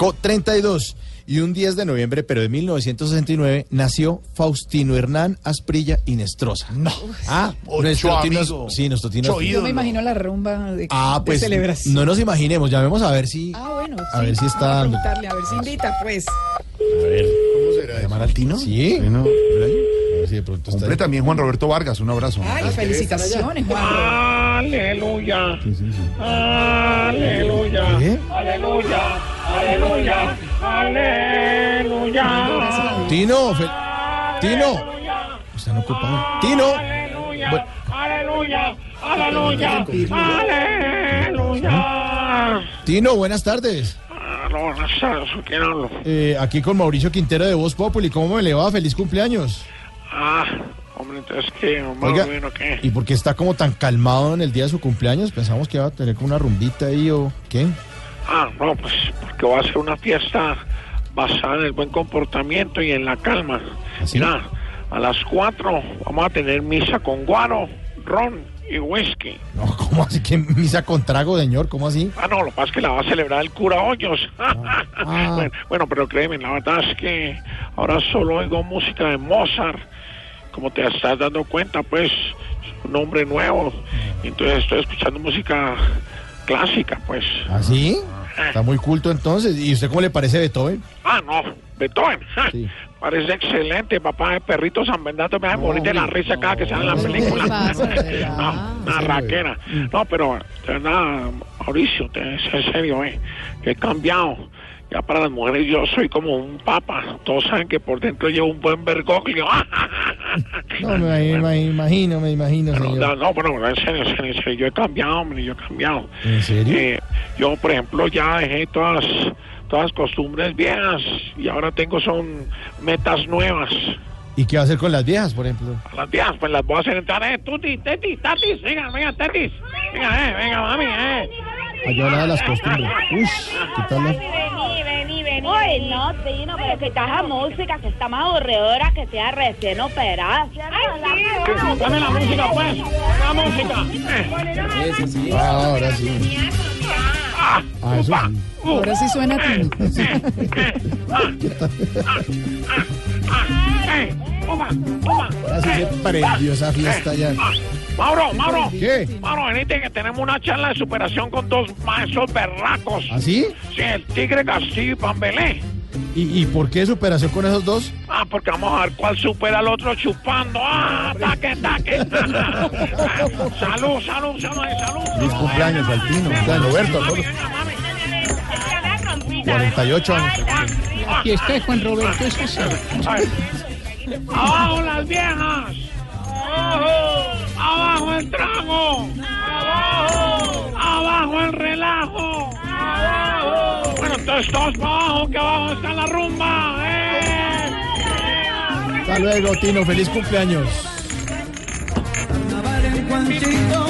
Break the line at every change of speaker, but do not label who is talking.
532. Y un 10 de noviembre, pero de 1969, nació Faustino Hernán Asprilla Inestrosa.
No.
Ah,
Ocho
nuestro tino,
amigo.
sí, nuestro tino.
Ocho
Yo
ídolo.
me imagino la rumba de,
Ah,
de
pues
celebración.
no nos imaginemos, llamemos a ver si
Ah, bueno.
A ver si está
Vamos a
dando. Ah,
preguntarle, a ver si invita, pues.
¿Cómo será
llamar
eso?
al tino. Sí.
Bueno,
A ver si de pronto está
Hombre,
ahí.
también Juan Roberto Vargas, un abrazo.
Ay, felicitaciones, Juan.
Ah.
Aleluya. Aleluya.
¿Qué?
Aleluya. Aleluya. Aleluya.
Tino, fe- Tino.
Aleluya.
Están ocupados. Tino.
Aleluya.
Bueno.
Aleluya. Aleluya. Aleluya.
Tino, buenas tardes.
Buenas tardes, ¿con quién hablo?
Eh, aquí con Mauricio Quintero de Voz Populi. ¿Cómo me le va? Feliz cumpleaños.
Ah, hombre, entonces qué, Omar
Oiga,
Rubino,
¿y
qué.
por qué está como tan calmado en el día de su cumpleaños? Pensamos que iba a tener como una rumbita ahí o qué.
Ah, no, pues porque va a ser una fiesta basada en el buen comportamiento y en la calma.
¿Así?
Mira, a las 4 vamos a tener misa con guaro, ron y whisky.
No, ¿cómo así que misa con trago, señor? ¿Cómo así?
Ah, no, lo que pasa es que la va a celebrar el cura Hoyos.
Ah.
bueno, bueno, pero créeme, la verdad es que ahora solo oigo música de Mozart. Como te estás dando cuenta, pues, es un hombre nuevo.
Mm.
Entonces estoy escuchando música clásica, pues.
¿Así? ¿Ah, Está muy culto entonces. ¿Y usted cómo le parece Beethoven?
Ah, no, Beethoven. ja.
Sí.
Parece excelente, papá de perrito San Bernardo. Me hace morir de la risa cada que sale en la
no,
película.
¿qué pasa,
de verdad?
no, una raquera. No, pero de verdad, Mauricio, te, es en serio, eh. Yo he cambiado. Ya para las mujeres yo soy como un papa. Todos saben que por dentro llevo un buen vergoglio.
No, me, imagino, me imagino, me imagino,
Pero, no,
señor.
no, pero en serio, en serio, en serio, yo he cambiado, hombre, yo he cambiado.
¿En serio?
Eh, yo, por ejemplo, ya dejé todas todas las costumbres viejas y ahora tengo son metas nuevas.
¿Y qué va a hacer con las viejas, por ejemplo?
A Las viejas, pues las voy a hacer entrar, eh, tuti, teti, tatis, venga, venga, tetis, venga, eh, venga, mami, eh.
Allá hablaba de las costumbres. Ush, ¿qué tal? la-
Vení, vení, vení. Uy, no, Tino, pero que esa música, que está más aburridora, que sea recién operada. Ay,
Dame la música, pues, la música. Eh,
Ah, ahora sí.
ah,
Ah, eso
upa,
sí.
uh,
Ahora sí suena
eh,
Tino.
eh, eh, ah, ah, ah, eh, upa, upa,
Ahora sí se
eh,
prendió esa fiesta ya.
ah, Mauro, Mauro.
¿Qué?
Mano, venite que tenemos una charla de superación con dos maestros berracos.
¿Así?
Sí, el Tigre Castillo y Pambelé.
¿Y, ¿Y por qué superación con esos dos?
Ah, porque vamos a ver cuál supera al otro chupando. ¡Ah, ataque, ataque! ¡Salud, salud, salud, salud!
Feliz cumpleaños, Altino. Cumpleaños, Roberto, a todos. 48 años.
Y este es Juan Roberto, es ¡Abajo las viejas! ¡Abajo! ¡Abajo el trago! ¡Abajo! ¡Abajo el relajo! ¡Abajo! Bueno, entonces todos para abajo, que abajo está la rumba. ¡Eh!
Hasta luego, Tino. Feliz cumpleaños.
Carnaval en Juancito,